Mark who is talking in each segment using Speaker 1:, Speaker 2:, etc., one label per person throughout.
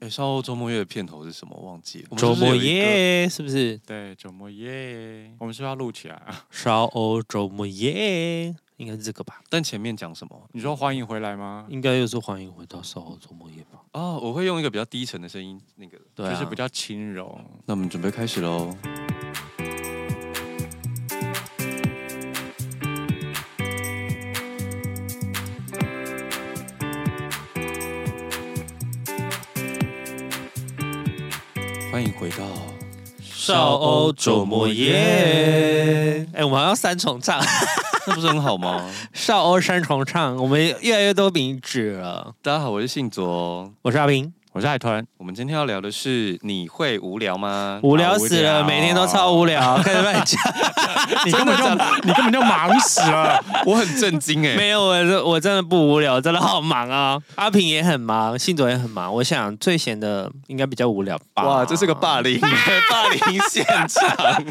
Speaker 1: 哎，稍后周末夜的片头是什么？忘记了。我们是
Speaker 2: 周
Speaker 1: 不是
Speaker 2: 末
Speaker 1: 有一个，
Speaker 2: 夜是不是？
Speaker 3: 对，周末夜，我们是不是要录起来啊？
Speaker 2: 烧欧周末夜应该是这个吧？
Speaker 1: 但前面讲什么？
Speaker 3: 你说欢迎回来吗？
Speaker 2: 应该又是欢迎回到烧欧周末夜吧？
Speaker 1: 哦，我会用一个比较低沉的声音，那个。
Speaker 2: 对、啊，
Speaker 3: 就是比较轻柔。
Speaker 1: 那我们准备开始喽。欢迎回到
Speaker 2: 少欧周末夜。哎、我们好像三重 唱，
Speaker 1: 那不是很好吗？
Speaker 2: 少欧三重唱，我们越来越多名字了。
Speaker 1: 大家好，我是信卓。
Speaker 2: 我是阿平，
Speaker 3: 我是海豚，
Speaker 1: 我们今天要聊的是你会无聊吗？
Speaker 2: 无聊死了，
Speaker 3: 无聊
Speaker 2: 每天都超无聊，开始乱 讲。
Speaker 3: 你根本就 你根本就忙死了。
Speaker 1: 我很震惊哎、
Speaker 2: 没有，我我真的不无聊，真的好忙啊。阿平也很忙，信卓也很忙。我想最闲的应该比较无聊吧。
Speaker 1: 哇，这是个霸凌，霸凌现场。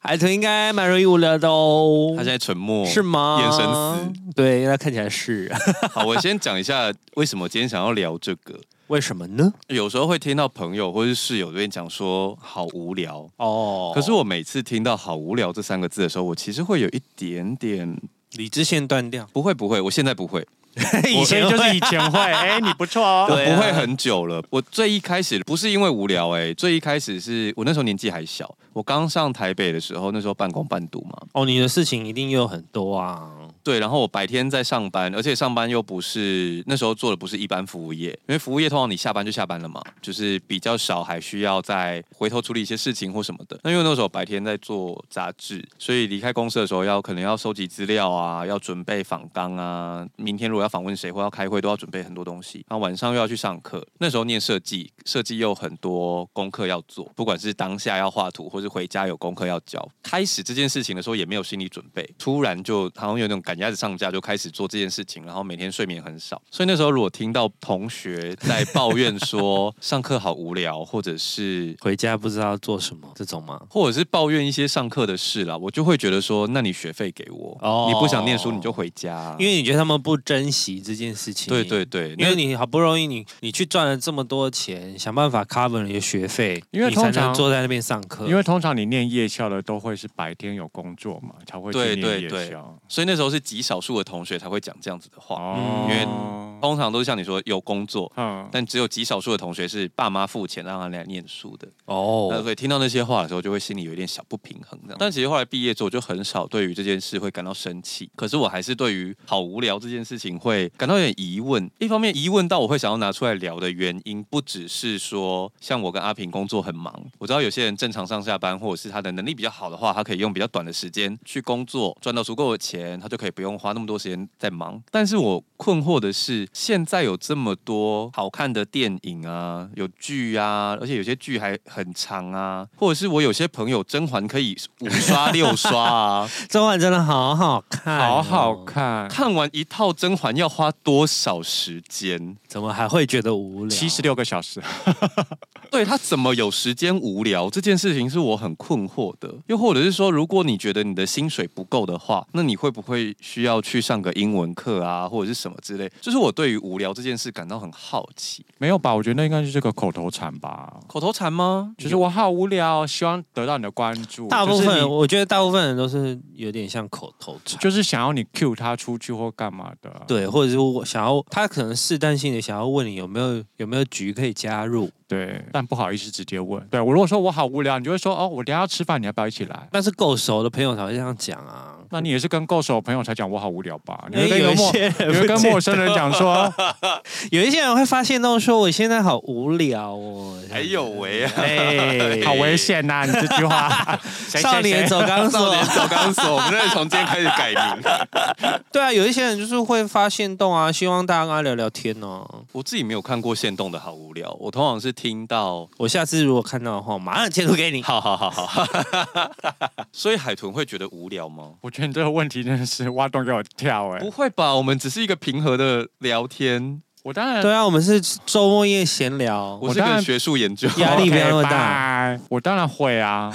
Speaker 2: 海豚应该蛮容易无聊的哦。
Speaker 1: 他现在沉默，
Speaker 2: 是吗？
Speaker 1: 眼神
Speaker 2: 死。对，他看起来是。
Speaker 1: 好，我先讲一下为什么今天想要聊这个。
Speaker 2: 为什么呢？
Speaker 1: 有时候会听到朋友或是室友这边讲说好无聊，
Speaker 2: 哦
Speaker 1: 可是我每次听到“好无聊”这三个字的时候，我其实会有一点点
Speaker 2: 理智线断掉，
Speaker 1: 不会不会，我现在不会，
Speaker 2: 以前
Speaker 3: 我
Speaker 2: 就
Speaker 3: 所以就是
Speaker 2: 是
Speaker 3: 以前 会，哎，你不错哦。
Speaker 1: 我
Speaker 2: 对啊
Speaker 1: 不会很久了。我最一开始不是因为无聊、哎，最一开始是我那时候年纪还小，我刚上台北的时候，那时候半工半读嘛，
Speaker 2: 哦，你的事情一定又很多啊。
Speaker 1: 对，然后我白天在上班，而且上班又不是那时候做的不是一般服务业，因为服务业通常你下班就下班了嘛，就是比较少还需要再回头处理一些事情或什么的。那因为那时候白天在做杂志，所以离开公司的时候要可能要收集资料啊，要准备访纲啊，明天如果要访问谁或要开会，都要准备很多东西。那晚上又要去上课，那时候念设计，设计又很多功课要做，不管是当下要画图，或是回家有功课要交。开始这件事情的时候也没有心理准备，突然就好像有那种赶鸭子上架，就开始做这件事情，然后每天睡眠很少。所以那时候如果听到同学在抱怨 说上课好无聊，或者是
Speaker 2: 回家不知道做什么这种吗？
Speaker 1: 或者是抱怨一些上课的事啦，我就会觉得说，那你学费给我，
Speaker 2: 哦
Speaker 1: 你不想念书你就回家，
Speaker 2: 因为你觉得他们不珍惜这件事情。
Speaker 1: 啊对对。对，
Speaker 2: 因为
Speaker 1: 那
Speaker 2: 你好不容易你你去赚了这么多钱，想办法 cover 你的学费，
Speaker 3: 因为
Speaker 2: 你才
Speaker 3: 通
Speaker 2: 能
Speaker 3: 常
Speaker 2: 坐在那边上课。
Speaker 3: 因为通常你念夜校的都会是白天有工作嘛，才会去
Speaker 1: 对
Speaker 3: 念
Speaker 1: 对
Speaker 3: 夜
Speaker 1: 对
Speaker 3: 校。
Speaker 1: 所以那时候是极少数的同学才会讲这样子的话，
Speaker 3: 哦，
Speaker 2: 因为
Speaker 1: 通常都是像你说有工作，
Speaker 3: 嗯，
Speaker 1: 但只有极少数的同学是爸妈付钱让他来念书的，那
Speaker 2: 哦，
Speaker 1: 所以听到那些话的时候，就会心里有一点小不平衡这样。但其实后来毕业之后，就很少对于这件事会感到生气，可是我还是对于好无聊这件事情会感到有点疑问。一方面疑问到我会想要拿出来聊的原因，不只是说像我跟阿平工作很忙，我知道有些人正常上下班，或者是他的能力比较好的话，他可以用比较短的时间去工作，赚到足够的钱，他就可以不用花那么多时间在忙。但是我困惑的是，现在有这么多好看的电影啊，有剧啊，而且有些剧还很长啊，或者是我有些朋友甄嬛可以五刷六刷啊，
Speaker 2: 甄嬛真的好好看哦、
Speaker 3: 好好看，
Speaker 1: 看完一套甄嬛要花多少时间？
Speaker 2: 怎么还会觉得无聊？
Speaker 3: 七十六个 小时。
Speaker 1: 对他怎么有时间无聊这件事情是我很困惑的。又或者是说，如果你觉得你的薪水不够的话，那你会不会需要去上个英文课啊，或者是什么之类？就是我对于无聊这件事感到很好奇。
Speaker 3: 没有吧？我觉得那应该是这个口头禅吧。
Speaker 1: 口头禅吗？
Speaker 3: 就是我好无聊，希望得到你的关注。
Speaker 2: 大部
Speaker 3: 就是
Speaker 2: 分
Speaker 3: 你
Speaker 2: 我觉得大部分人都是有点像口头禅。
Speaker 3: 就是想要你 cue 他出去或干嘛的。
Speaker 2: 对，或者是我想要，他可能试探性的想要问你有没有有没有局可以加入，
Speaker 3: 对，但不好意思直接问。对我如果说我好无聊，你就会说哦，我等一下要吃饭，你要不要一起来？
Speaker 2: 但是够熟的朋友才会这样讲啊。
Speaker 3: 那你也是跟够手的朋友才讲我好无聊吧？你
Speaker 2: 因为
Speaker 3: 会跟一
Speaker 2: 哎有一些人
Speaker 3: 个陌，你会跟
Speaker 2: 不
Speaker 3: 陌生人讲说，
Speaker 2: 有一些人会发现到说我现在好无聊哦，
Speaker 1: 哎呦喂啊！
Speaker 2: 哎，
Speaker 3: 好危险呐、你这 句话，谁
Speaker 2: 少年。走 钢
Speaker 1: 少
Speaker 2: 索
Speaker 1: 年，走钢索，我们这是从今天开始改名。
Speaker 2: 对啊，有一些人就是会发现动啊，希望大家跟他聊聊天哦。
Speaker 1: 我自己没有看过现动的好无聊，我通常是听到
Speaker 2: 我下次如果看到的话，我马上截图给你。
Speaker 1: 好好好好，所以海豚会觉得无聊吗？
Speaker 3: 我觉得你这个问题真的是挖洞给我跳 哎、
Speaker 1: 不会吧，我们只是一个平和的聊天，
Speaker 3: 我当然
Speaker 2: 对啊，我们是周末夜闲聊，
Speaker 1: 我是
Speaker 3: 当
Speaker 1: 个
Speaker 3: 然
Speaker 1: 学术研究，
Speaker 2: 压力不要那么
Speaker 3: OK，
Speaker 2: 大哦
Speaker 3: 拜我当然会 啊，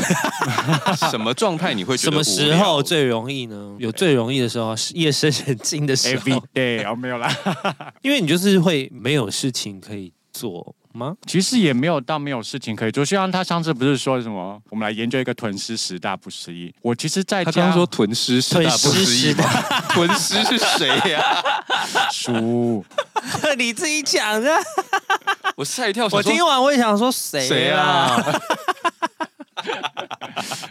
Speaker 1: 什么状态你会觉
Speaker 2: 什
Speaker 1: 得无
Speaker 2: 么
Speaker 1: 聊
Speaker 2: 时候最容易呢？有最容易的时候，是夜深人静的时
Speaker 3: every
Speaker 2: 候，
Speaker 3: day 哦没有啦，
Speaker 2: 因为你就是会没有事情可以做吗？
Speaker 3: 其实也没有到没有事情可以做，就像他上次不是说什么，我们来研究一个囤尸十大不思议。我其实在
Speaker 1: 他
Speaker 3: 家
Speaker 1: 刚刚说囤尸是大不
Speaker 2: 囤尸
Speaker 1: 思议
Speaker 2: 是
Speaker 1: 吗？囤尸是谁呀、
Speaker 3: 书，
Speaker 2: 你自己讲的。
Speaker 1: 我吓一跳，
Speaker 2: 我
Speaker 1: 想说
Speaker 2: 听完我也想说谁
Speaker 1: 谁
Speaker 2: 啊？
Speaker 1: 啊？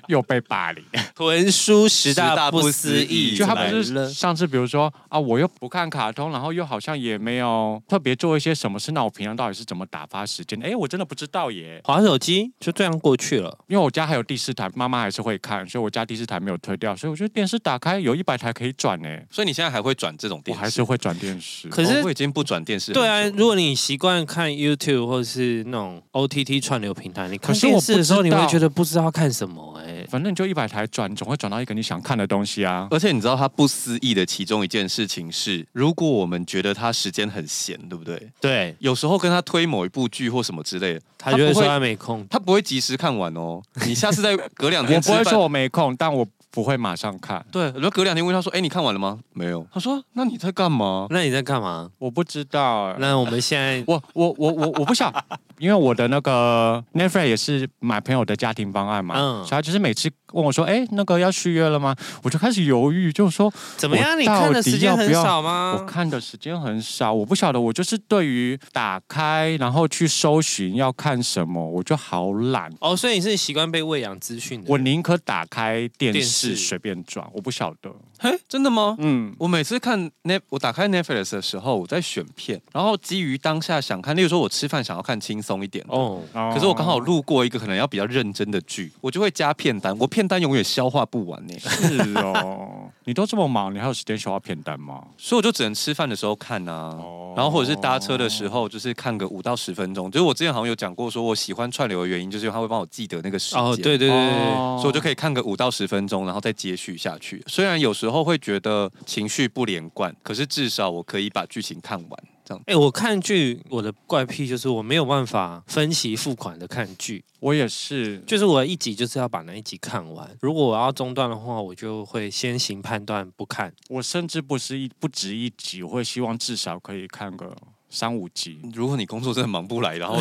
Speaker 3: 又被霸凌。
Speaker 2: 豚书十
Speaker 1: 十
Speaker 2: 大
Speaker 1: 大不
Speaker 2: 不
Speaker 1: 思
Speaker 2: 思
Speaker 1: 议
Speaker 2: 议，
Speaker 3: 就他
Speaker 2: 来
Speaker 3: 不
Speaker 2: 了
Speaker 3: 是上次，比如说啊，我又不看卡通，然后又好像也没有特别做一些什么事，那我平常到底是怎么打发时间的？哎，我真的不知道耶，
Speaker 2: 划手机就这样过去了。
Speaker 3: 因为我家还有第四台，妈妈还是会看，所以我家第四台没有推掉，所以我觉得电视打开有一百台可以转呢，
Speaker 1: 所以你现在还会转这种
Speaker 3: 我
Speaker 1: 电视？
Speaker 3: 还是会转电视。
Speaker 2: 可是
Speaker 1: 哦我已经不转电视很久
Speaker 2: 对
Speaker 1: 了。
Speaker 2: 啊，如果你习惯看 YouTube 或是那种 OTT 串流平台，你
Speaker 3: 可
Speaker 2: 看
Speaker 3: 是我
Speaker 2: 电视的时候，
Speaker 3: 不知
Speaker 2: 你
Speaker 3: 道
Speaker 2: 会觉得不知道看什么哎、
Speaker 3: 反正你就一百台转，总会转到一个你想看的东西啊。
Speaker 1: 而且你知道他不思议的其中一件事情是，如果我们觉得他时间很闲，对不对？
Speaker 2: 对，
Speaker 1: 有时候跟他推某一部剧或什么之类的，
Speaker 2: 他就会
Speaker 1: 不
Speaker 2: 说他没空。
Speaker 1: 他不会及时看完哦。你下次再隔两
Speaker 3: 我
Speaker 1: 天吃
Speaker 3: 不 会
Speaker 1: 饭
Speaker 3: 说我没空，但我不会马上看，
Speaker 1: 对，然后隔两天问他说：“哎、你看完了吗？”没有。他说：“那你在干嘛
Speaker 2: 那你在干嘛？
Speaker 3: 我不知道。啊
Speaker 2: 那我们现在
Speaker 3: 呃我我我我我不想，因为我的那个 Netflix 也是买朋友的家庭方案嘛，
Speaker 2: 嗯
Speaker 3: 所以他就是每次问我说，哎、那个要续约了吗？我就开始犹豫，就说
Speaker 2: 怎么样？
Speaker 3: 我
Speaker 2: 你看的
Speaker 3: 到底
Speaker 2: 时间
Speaker 3: 要
Speaker 2: 很
Speaker 3: 不要
Speaker 2: 少
Speaker 3: 我
Speaker 2: 吗？
Speaker 3: 看的时间很少，我不晓得，我就是对于打开然后去搜寻要看什么，我就好懒。
Speaker 2: 哦，所以你是习惯被喂养资讯的。
Speaker 3: 我宁可打开电
Speaker 2: 电视
Speaker 3: 视随便转，我不晓得。？”
Speaker 1: 嘿，真的吗？
Speaker 3: 嗯，
Speaker 1: 我每次看 Net，我打开 Netflix 的时候，我在选片，然后基于当下想看，例如说我吃饭想要看轻松一点哦，
Speaker 2: 哦，
Speaker 1: 可是我刚好路过一个可能要比较认真的剧，我就会加片单，我片单永远消化不完呢，
Speaker 3: 是哦，你都这么忙，你还有时间消化片单吗？
Speaker 1: 所以我就只能吃饭的时候看啊。
Speaker 3: 哦
Speaker 1: 然后或者是搭车的时候，就是看个五到十分钟。就是我之前好像有讲过，说我喜欢串流的原因，就是因为它会帮我记得那个时间。
Speaker 2: 哦，对对对对，
Speaker 3: 哦
Speaker 1: 所以我就可以看个五到十分钟，然后再接续下去。虽然有时候会觉得情绪不连贯，可是至少我可以把剧情看完。这样，
Speaker 2: 哎、我看剧我的怪癖就是我没有办法分期付款的看剧，
Speaker 3: 我也是，
Speaker 2: 就是我一集就是要把那一集看完。如果我要中断的话，我就会先行判断不看。
Speaker 3: 我甚至不是一不止一集，我会希望至少可以看个三五集。
Speaker 1: 如果你工作真的忙不来，然 后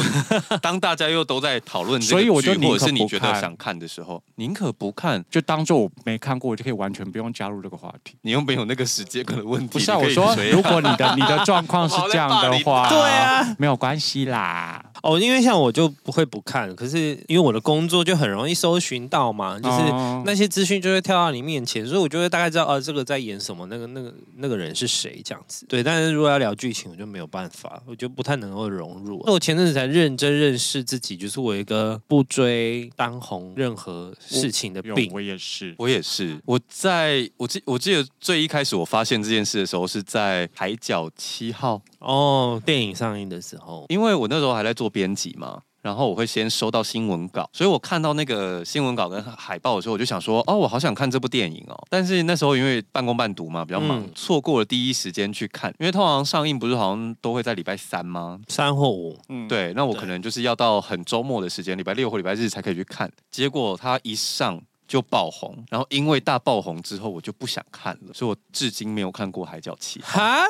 Speaker 1: 当大家又都在讨论这
Speaker 3: 所
Speaker 1: 个
Speaker 3: 以我就
Speaker 1: 剧，
Speaker 3: 宁可
Speaker 1: 或者是你
Speaker 3: 不
Speaker 1: 觉得
Speaker 3: 看
Speaker 1: 想看的时候，宁可不看，
Speaker 3: 就当做我没看过，我就可以完全不用加入这个话题。
Speaker 1: 你又没有那个时间可能问题。
Speaker 3: 不是啊，
Speaker 1: 你可
Speaker 3: 我
Speaker 1: 以
Speaker 3: 说
Speaker 1: 随
Speaker 3: 如果你的你的状况是这样的话，
Speaker 2: 对，啊，
Speaker 3: 没有关系啦。
Speaker 2: 哦，因为像我就不会不看，可是因为我的工作就很容易搜寻到嘛，就是
Speaker 3: 哦
Speaker 2: 那些资讯就会跳到你面前，所以我就会大概知道，呃，这个在演什么，那个那个那个人是谁这样子。对，但是如果要聊剧情，我就没有办法，我就不太能够融入。啊那我前阵子才认真认识自己，就是我有一个不追当红任何事情的
Speaker 3: 有
Speaker 2: 病。
Speaker 3: 我也是，
Speaker 1: 我也是，我在我记我记得最一开始我发现这件事的时候是在《海角七号》，
Speaker 2: 哦，电影上映的时候，
Speaker 1: 因为我那时候还在做编辑嘛，然后我会先收到新闻稿，所以我看到那个新闻稿跟海报的时候，我就想说，哦，我好想看这部电影哦。但是那时候因为半工半读嘛，比较忙，
Speaker 2: 嗯
Speaker 1: 错过了第一时间去看，因为通常上映不是好像都会在礼拜三吗？
Speaker 2: 三或五，
Speaker 3: 嗯，
Speaker 1: 对，那我
Speaker 2: 对
Speaker 1: 可能就是要到很周末的时间，礼拜六或礼拜日才可以去看。结果它一上就爆红，然后因为大爆红之后，我就不想看了，所以我至今没有看过《海角七号》。
Speaker 2: 哈？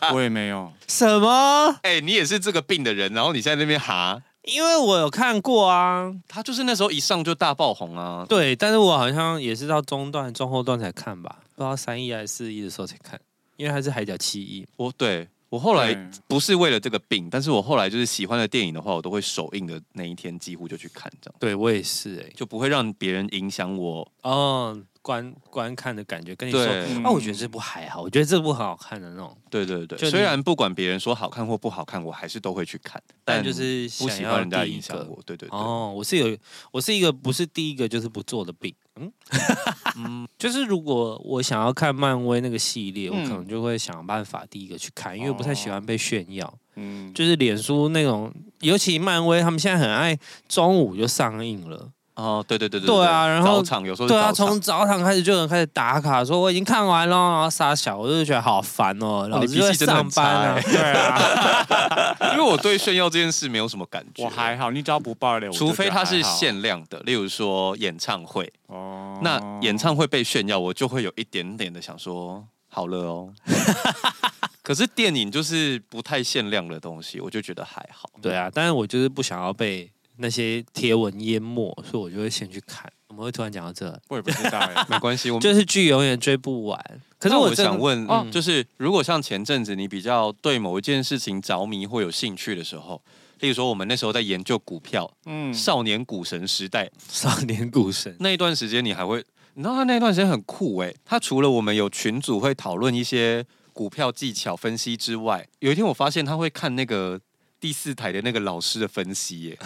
Speaker 1: 啊
Speaker 3: 我也没有。
Speaker 2: 什么？
Speaker 1: 哎、你也是这个病的人，然后你现在在那边哈，
Speaker 2: 因为我有看过啊，
Speaker 1: 他就是那时候一上就大爆红啊，
Speaker 2: 对，但是我好像也是到中段、中后段才看吧，不知道三亿还是四亿的时候才看，因为它是海角七亿。
Speaker 1: 我对我后来
Speaker 3: 对
Speaker 1: 不是为了这个病，但是我后来就是喜欢的电影的话，我都会首映的那一天几乎就去看，这样
Speaker 2: 对我也是哎、
Speaker 1: 就不会让别人影响我。
Speaker 2: 哦，观观看的感觉，跟你说，
Speaker 1: 对
Speaker 2: 啊
Speaker 3: 嗯，
Speaker 2: 我觉得这部还好，我觉得这部很好看的那种，
Speaker 1: 对对对，
Speaker 2: 就你
Speaker 1: 虽然不管别人说好看或不好看，我还是都会去看，
Speaker 2: 但就是
Speaker 1: 不
Speaker 2: 想
Speaker 1: 喜
Speaker 2: 要
Speaker 1: 欢人家
Speaker 2: 第一
Speaker 1: 影响
Speaker 2: 个。
Speaker 1: 我。对对对，
Speaker 2: 哦，我是有，我是一个不是第一个就是不做的病，嗯，
Speaker 1: 嗯
Speaker 2: 就是如果我想要看漫威那个系列，我可能就会想办法第一个去看，因为我不
Speaker 1: 哦
Speaker 2: 太喜欢被炫耀。
Speaker 3: 嗯，
Speaker 2: 就是脸书那种，尤其漫威他们现在很爱中午就上映了，
Speaker 1: 哦，对对对对
Speaker 2: 对啊然后
Speaker 1: 早场有时候是
Speaker 2: 对啊，
Speaker 1: 早场
Speaker 2: 从早场开始就有人开始打卡说我已经看完了，然后傻小，我就觉得好烦哦，老
Speaker 1: 你
Speaker 2: 子
Speaker 1: 脾
Speaker 2: 就在
Speaker 1: 气真的很
Speaker 2: 上班啊，对啊，
Speaker 1: 因为我对炫耀这件事没有什么感觉，
Speaker 3: 我还好，你只要不爆料，我 就
Speaker 1: 除非
Speaker 3: 觉得
Speaker 1: 它是
Speaker 3: 还好
Speaker 1: 限量的，例如说演唱会，
Speaker 3: 哦
Speaker 1: 那演唱会被炫耀，我就会有一点点的想说，好了哦。可是电影就是不太限量的东西，我就觉得还好。
Speaker 2: 对啊，但是我就是不想要被那些贴文淹没，所以我就会先去看。我们会突然讲到这，
Speaker 3: 我也不知道 哎、
Speaker 1: 没关系，我们
Speaker 2: 就是剧永远追不完。可是
Speaker 1: 那
Speaker 2: 我
Speaker 1: 我
Speaker 2: 真的
Speaker 1: 想，问，
Speaker 2: 嗯
Speaker 1: 就是如果像前阵子你比较对某一件事情着迷或有兴趣的时候，例如说我们那时候在研究股票，
Speaker 3: 嗯，
Speaker 1: 少年股神时代
Speaker 2: 少年股神
Speaker 1: 那一段时间，你还会，你知道他那一段时间很酷诶、他除了我们有群组会讨论一些股票技巧分析之外，有一天我发现他会看那个。第四台的那个老师的分析耶、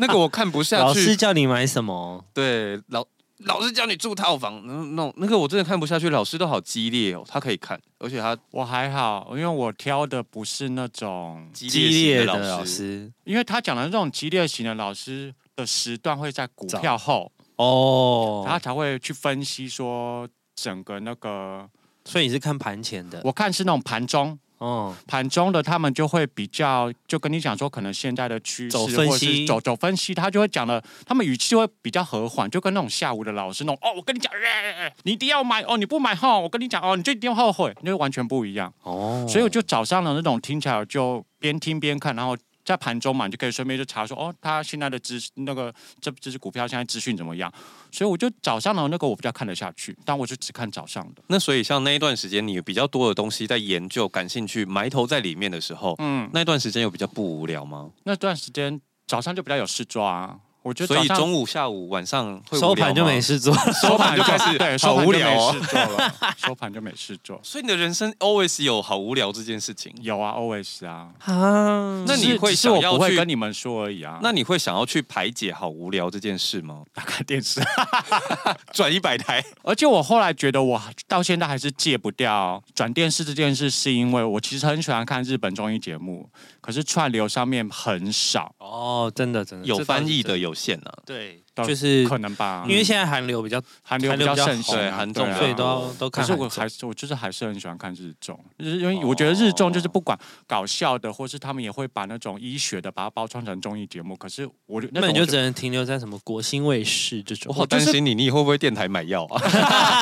Speaker 1: 那个我看不 下去。
Speaker 2: 老师叫你买什么？
Speaker 1: 对老老师叫你住套房，嗯那那那个我真的看不下去，老师都好激烈哦，他可以看，而且他
Speaker 3: 我还好，因为我挑的不是那种，
Speaker 1: 激
Speaker 2: 激
Speaker 1: 烈
Speaker 2: 烈
Speaker 1: 型
Speaker 2: 的
Speaker 1: 的老
Speaker 2: 老
Speaker 1: 师。
Speaker 2: 师
Speaker 3: 因为他讲的这种激烈型的老师的时段会在股票后，他
Speaker 2: 哦，
Speaker 3: 才会去分析说整个那个，
Speaker 2: 所以你是看盘前的
Speaker 3: 我看是那种盘中。
Speaker 2: 哦，
Speaker 3: 盘中的他们就会比较，就跟你讲说，可能现在的趋势
Speaker 2: 走
Speaker 3: 或
Speaker 2: 分
Speaker 3: 者
Speaker 2: 析
Speaker 3: 是走走分析，他就会讲的，他们语气会比较和缓，就跟那种下午的老师那种，哦，我跟你讲，哎你一定要买哦，你不买哈、我跟你讲哦，你就一定会后悔，那就完全不一样。
Speaker 2: 哦，
Speaker 3: 所以我就早上的那种听起来就边听边看，然后在盘中嘛，你就可以顺便就查说，哦，他现在的资那个这这只股票现在资讯怎么样？所以我就早上的那个我比较看得下去，但我就只看早上的。
Speaker 1: 那所以像那一段时间，你有比较多的东西在研究、感兴趣、埋头在里面的时候，
Speaker 3: 嗯，
Speaker 1: 那一段时间有比较不无聊吗？
Speaker 3: 那段时间早上就比较有事做啊，我觉得
Speaker 1: 所
Speaker 3: 早
Speaker 1: 以
Speaker 3: 上
Speaker 1: 中午、下午、晚上会无聊
Speaker 2: 收盘就
Speaker 1: 吗
Speaker 2: 没。事做，
Speaker 3: 收盘就开
Speaker 1: 收盘就开始
Speaker 3: 始对，
Speaker 1: 好
Speaker 3: 收盘
Speaker 1: 无
Speaker 3: 就没
Speaker 1: 聊哦
Speaker 3: 事做 了，收盘就没事做。
Speaker 1: 所以你的人生 always 有好无聊这件事情。
Speaker 3: 有啊，always 啊。
Speaker 2: 啊
Speaker 1: 那你
Speaker 3: 只是
Speaker 1: 会
Speaker 3: 只是
Speaker 1: 想
Speaker 3: 我
Speaker 1: 要
Speaker 3: 不会
Speaker 1: 去
Speaker 3: 跟你们说而已啊。
Speaker 1: 那你会想要去排解好无聊这件事吗？
Speaker 3: 打开电视，
Speaker 1: 转一百台，
Speaker 3: 而且我后来觉得，我到现在还是戒不掉转电视这件事，是因为我其实很喜欢看日本综艺节目，可是串流上面很少，
Speaker 2: 哦，真的真的
Speaker 1: 有
Speaker 2: 这倒
Speaker 1: 翻
Speaker 2: 是
Speaker 1: 译
Speaker 2: 真
Speaker 1: 的有限啊。
Speaker 2: 对，
Speaker 3: 到
Speaker 2: 就是
Speaker 3: 可能吧，
Speaker 2: 因为现在韩流比较，
Speaker 3: 嗯韩流
Speaker 2: 韩
Speaker 3: 比
Speaker 2: 流
Speaker 3: 较
Speaker 2: 比较
Speaker 3: 盛
Speaker 2: 红
Speaker 3: 行啊、
Speaker 1: 对哦韩综
Speaker 3: 对啊
Speaker 2: 所以都要都
Speaker 3: 可
Speaker 2: 看
Speaker 3: 是
Speaker 2: 韩
Speaker 3: 我
Speaker 2: 综。
Speaker 3: 还是我就是还是很喜欢看日综，就是因为我觉得日综就是不管搞笑的，或是他们也会把那种医学的把它包装成综艺节目，可是我就
Speaker 2: 那
Speaker 3: 种
Speaker 2: 你
Speaker 3: 我
Speaker 2: 就只能停留在什么国新卫视这
Speaker 1: 我
Speaker 2: 种，
Speaker 1: 好担心你，你以后会不会电台买药啊？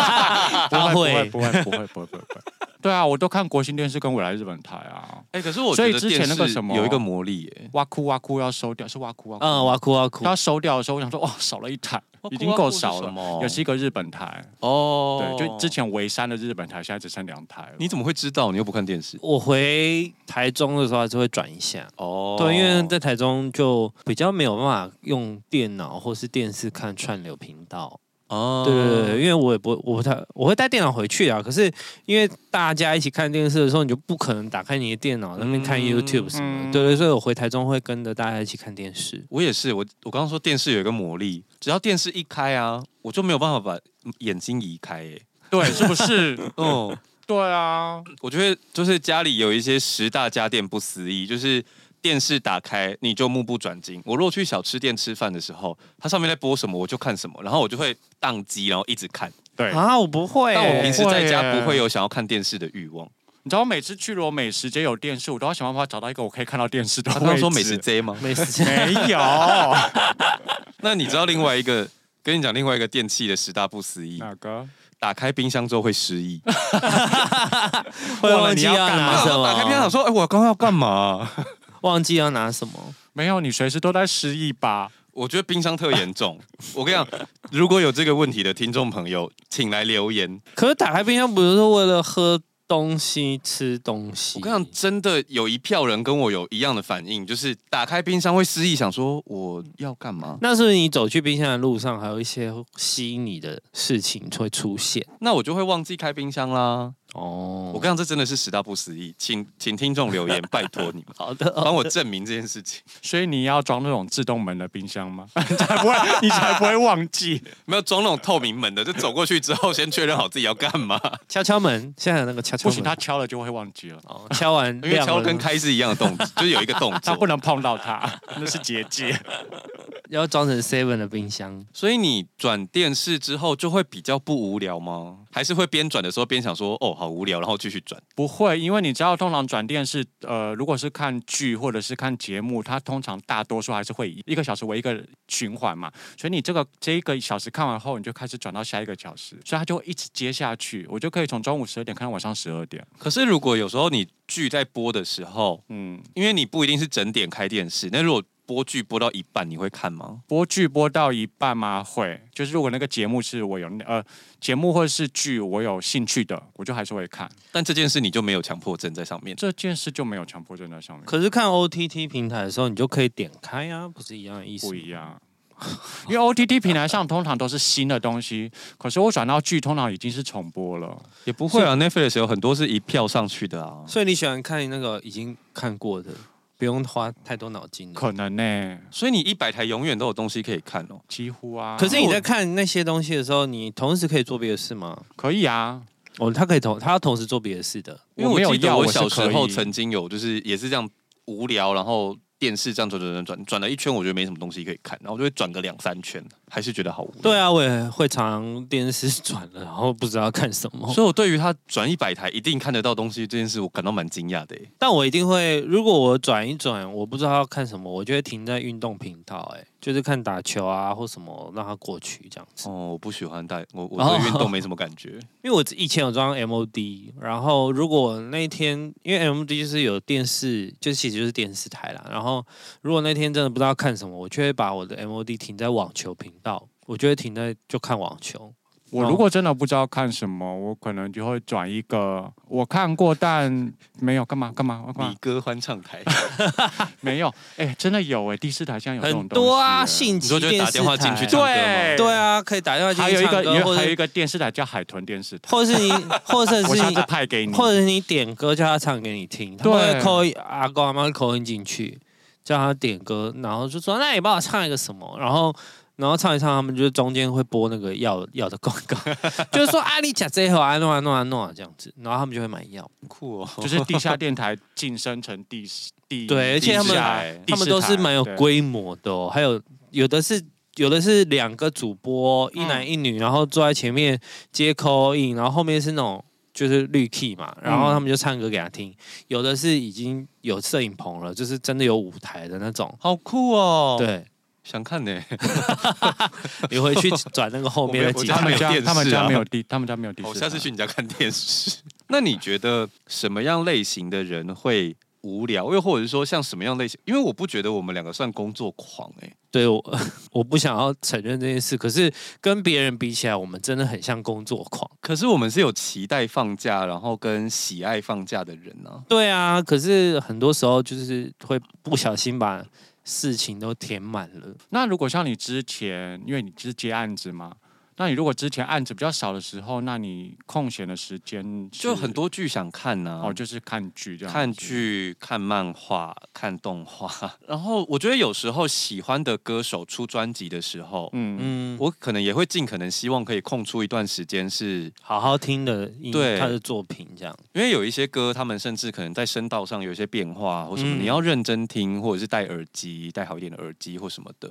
Speaker 2: 他
Speaker 3: 不会
Speaker 2: 会
Speaker 3: 不会不会不会不会不会不会，对啊，我都看国新电视跟未来日本台啊，
Speaker 1: 哎、可是我
Speaker 3: 所以
Speaker 1: 觉得
Speaker 3: 之前
Speaker 1: 电
Speaker 3: 那个
Speaker 1: 视
Speaker 3: 什么
Speaker 1: 有一个魔力耶、
Speaker 3: 哇酷哇酷要收掉是哇酷哇酷吗
Speaker 2: 嗯，哇哭哇哭，
Speaker 3: 他收掉的时候，我想说，哦，少了一台，已经够少了，
Speaker 1: 了
Speaker 3: 也是一个日本台。
Speaker 1: 哦
Speaker 3: 对，就之前围三的日本台，现在只剩两台了。
Speaker 1: 你怎么会知道？你又不看电视
Speaker 2: 我回台中的时候还是会转一下。
Speaker 1: 哦
Speaker 2: 对，因为在台中就比较没有办法用电脑或是电视看串流频道。
Speaker 1: 哦
Speaker 2: 对对对，因为我也不我不太我会带电脑回去啊，可是因为大家一起看电视的时候，你就不可能打开你的电脑在那边看
Speaker 1: 嗯
Speaker 2: YouTube 什么的。
Speaker 3: 嗯
Speaker 2: 对对，所以我回台中会跟着大家一起看电视。
Speaker 1: 我也是，我我刚刚说电视有一个魔力，只要电视一开啊，我就没有办法把眼睛移开、耶。
Speaker 3: 对，是不是？
Speaker 1: 嗯，
Speaker 3: 对啊，
Speaker 1: 我觉得就是家里有一些十大家电不思议，就是电视打开你就目不转睛。我如果去小吃店吃饭的时候，它上面在播什么我就看什么，然后我就会宕机，然后一直看。
Speaker 3: 对。
Speaker 2: 啊，我不会欸、
Speaker 1: 但我平时在家
Speaker 3: 会耶
Speaker 1: 不会有想要看电视的欲望。
Speaker 3: 你知道我每次去如果美食街有电视，我都要想办法找到一个我可以看到电视的
Speaker 1: 啊他
Speaker 3: 位置。
Speaker 1: 刚刚说美食 J 吗？
Speaker 2: 没时间。
Speaker 3: 没有，
Speaker 1: 那你知道另外一个？跟你讲另外一个电器的十大不思议，
Speaker 3: 哪个？
Speaker 1: 打开冰箱之后会失忆。
Speaker 2: 会 忘记
Speaker 3: 忘了你要
Speaker 2: 要
Speaker 3: 干嘛
Speaker 2: 拿什
Speaker 1: 打开冰箱想
Speaker 2: 么，啊
Speaker 1: 说，哎、我刚刚要干嘛啊、
Speaker 2: 忘记要拿什么。
Speaker 3: 没有，你随时都在失忆吧？
Speaker 1: 我觉得冰箱特严重。我跟你讲，如果有这个问题的听众朋友，请来留言。
Speaker 2: 可是打开冰箱不是为了喝东西、吃东西？
Speaker 1: 我跟你讲，真的有一票人跟我有一样的反应，就是打开冰箱会失忆，想说我要干嘛？
Speaker 2: 那是不是你走去冰箱的路上，还有一些吸引你的事情会出现？
Speaker 1: 那我就会忘记开冰箱啦。
Speaker 2: 哦
Speaker 1: 我跟你讲，这真的是十大不思议，请请听众留言，拜托 你们
Speaker 2: 好的哦，
Speaker 1: 帮我证明这件事情。
Speaker 3: 所以你要装那种自动门的冰箱吗？ 你才不会，你才不会忘记。
Speaker 1: 没有装那种透明门的，就走过去之后先确认好自己要干嘛，
Speaker 2: 敲敲门，现在有那个敲敲
Speaker 3: 不
Speaker 2: 门，
Speaker 3: 行，他敲了就会忘记了，
Speaker 2: 哦敲 完
Speaker 1: 因为
Speaker 2: 亮
Speaker 1: 敲
Speaker 2: 了
Speaker 1: 跟开是一样的动作，就是有一个动
Speaker 3: 他
Speaker 1: 作
Speaker 3: 不。能碰到他，那是结界。
Speaker 2: 要装成 Seven 的冰箱。
Speaker 1: 所以你转电视之后就会比较不无聊吗？还是会边转的时候边想说哦好无聊，然后继续转？
Speaker 3: 不会，因为你知道，通常转电视，呃，如果是看剧或者是看节目，它通常大多数还是会以一个小时为一个循环嘛，所以你这个这一个小时看完后，你就开始转到下一个小时，所以它就会一直接下去，我就可以从中午十二点看到晚上十二点。
Speaker 1: 可是如果有时候你剧在播的时候，
Speaker 3: 嗯，
Speaker 1: 因为你不一定是整点开电视，那如果播剧播到一半，你会看吗？
Speaker 3: 播剧播到一半吗？会，就是如果那个节目是我有呃节目或者是剧我有兴趣的，我就还是会看。
Speaker 1: 但这件事你就没有强迫症在上面。
Speaker 3: 这件事就没有强迫症在上面，
Speaker 2: 可是看 OTT 平台的时候，你就可以点开啊，不是一样的意思？
Speaker 3: 不一。样。因为 OTT 平台上通常都是新的东西，可是我转到剧通常已经是重播了。
Speaker 1: 也不会啊，Netflix 有很多是一票上去的啊。
Speaker 2: 所以你喜欢看那个已经看过的，不用花太多脑筋的。
Speaker 3: 可能呢、
Speaker 1: 所以你一百台永远都有东西可以看哦。
Speaker 3: 几乎啊。
Speaker 2: 可是你在看那些东西的时候，你同时可以做别的事吗？
Speaker 3: 可以啊，
Speaker 2: 哦，他可以同他要同时做别的事的。
Speaker 1: 因为我
Speaker 3: 没有
Speaker 1: 记得
Speaker 3: 要，
Speaker 1: 我
Speaker 3: 是
Speaker 1: 小时
Speaker 3: 可
Speaker 1: 候
Speaker 3: 以
Speaker 1: 曾经有，就是也是这样无聊，然后电视这样转转转转转了一圈，我觉得没什么东西可以看，然后我就会转个两三圈，还是觉得好无聊。
Speaker 2: 对啊，我也会常电视转了，然后不知道看什么。
Speaker 1: 所以我对于他转一百台一定看得到东西这件事，我感到蛮惊讶的欸耶。
Speaker 2: 但我一定会，如果我转一转，我不知道要看什么，我就会停在运动频道、哎，就是看打球啊或什么，让它过去这样子。
Speaker 1: 哦，我不喜欢带我， 我
Speaker 2: 哦
Speaker 1: 对运动没什么感觉。
Speaker 2: 因为我以前有装 MOD，然后如果那一天因为 MOD 就是有电视，就其实就是电视台啦。然后如果那天真的不知道看什么，我就会把我的 MOD 停在网球频道，我就会停在就看网球。
Speaker 3: 我如果真的不知道看什么，我可能就会转一个我看过但没有干嘛干嘛我干
Speaker 1: 李
Speaker 3: 嘛
Speaker 1: 哥欢唱台，
Speaker 3: 没有，哎、真的有哎、第四台现在有这种
Speaker 2: 很
Speaker 3: 东西、
Speaker 2: 多啊，
Speaker 3: 哎
Speaker 2: 性
Speaker 1: 你说
Speaker 2: 急
Speaker 1: 就会
Speaker 2: 电
Speaker 1: 打
Speaker 2: 视
Speaker 1: 电话进去
Speaker 2: 台
Speaker 1: 唱歌吗
Speaker 3: 对？
Speaker 2: 对啊，可以打电话进
Speaker 3: 还有
Speaker 2: 去
Speaker 3: 一
Speaker 2: 唱
Speaker 3: 个
Speaker 2: 歌，
Speaker 3: 有
Speaker 2: 或
Speaker 3: 还有
Speaker 2: 者
Speaker 3: 一个电视台叫海豚电视台，
Speaker 2: 或是 你，或者
Speaker 3: 我
Speaker 2: 是
Speaker 3: 下次
Speaker 2: 你啊
Speaker 3: 派给你。
Speaker 2: 或者是你点歌叫他唱给你听，他
Speaker 3: 对
Speaker 2: 会啊扣阿公阿妈扣音进去，叫他点歌，然后就说那你帮我唱一个什么，然后然后唱一唱，他们就是中间会播那个药药的广 告，就是说啊你假这盒啊弄啊弄啊弄啊这样子，然后他们就会买药，
Speaker 1: 酷哦。
Speaker 3: 就是地下电台晋升成第四第
Speaker 2: 对而且他们
Speaker 3: 地下
Speaker 2: 他们都是蛮有
Speaker 3: 对
Speaker 2: 规模的哦，还有有的是。有的是两个主播，一
Speaker 1: 嗯
Speaker 2: 男一女，然后坐在前面接 call in，然后后面是那种就是绿 key 嘛，然
Speaker 1: 嗯
Speaker 2: 后他们就唱歌给他听。有的是已经有摄影棚了，就是真的有舞台的那种。
Speaker 1: 好酷哦！，
Speaker 2: 对，
Speaker 1: 想看呢。
Speaker 2: 你回去转那个后面的 几
Speaker 1: 我
Speaker 3: 他
Speaker 1: 没有
Speaker 2: 台
Speaker 3: 们。家
Speaker 1: 电视啊
Speaker 3: 他们家没有地，他们家没有地。
Speaker 1: 我哦下次去你家看电视。 那你觉得什么样类型的人会无聊？又或者是说像什么样类型？因为我不觉得我们两个算工作狂哎、
Speaker 2: 对我， 我不想要承认这件事，可是跟别人比起来，我们真的很像工作狂。
Speaker 1: 可是我们是有期待放假，然后跟喜爱放假的人啊。
Speaker 2: 对啊，可是很多时候就是会不小心把事情都填满了。
Speaker 3: 那如果像你之前，因为你是接案子嘛，那你如果之前案子比较少的时候，那你空闲的时间是
Speaker 1: 就很多剧想看呐、
Speaker 3: 哦，就是看剧这样子。
Speaker 1: 看剧、看漫画、看动画， 然后我觉得有时候喜欢的歌手出专辑的时候，
Speaker 3: 嗯，嗯，
Speaker 2: 嗯，我
Speaker 1: 我可能也会尽可能希望可以空出一段时间是，
Speaker 2: 好好听的音
Speaker 1: 对
Speaker 2: 他的作品，这样
Speaker 1: 因为有一些歌，他们甚至可能在声道上有一些变化或什么，
Speaker 2: 嗯，
Speaker 1: 你要认真听，或者是戴耳机，戴好一点的耳机或什么的。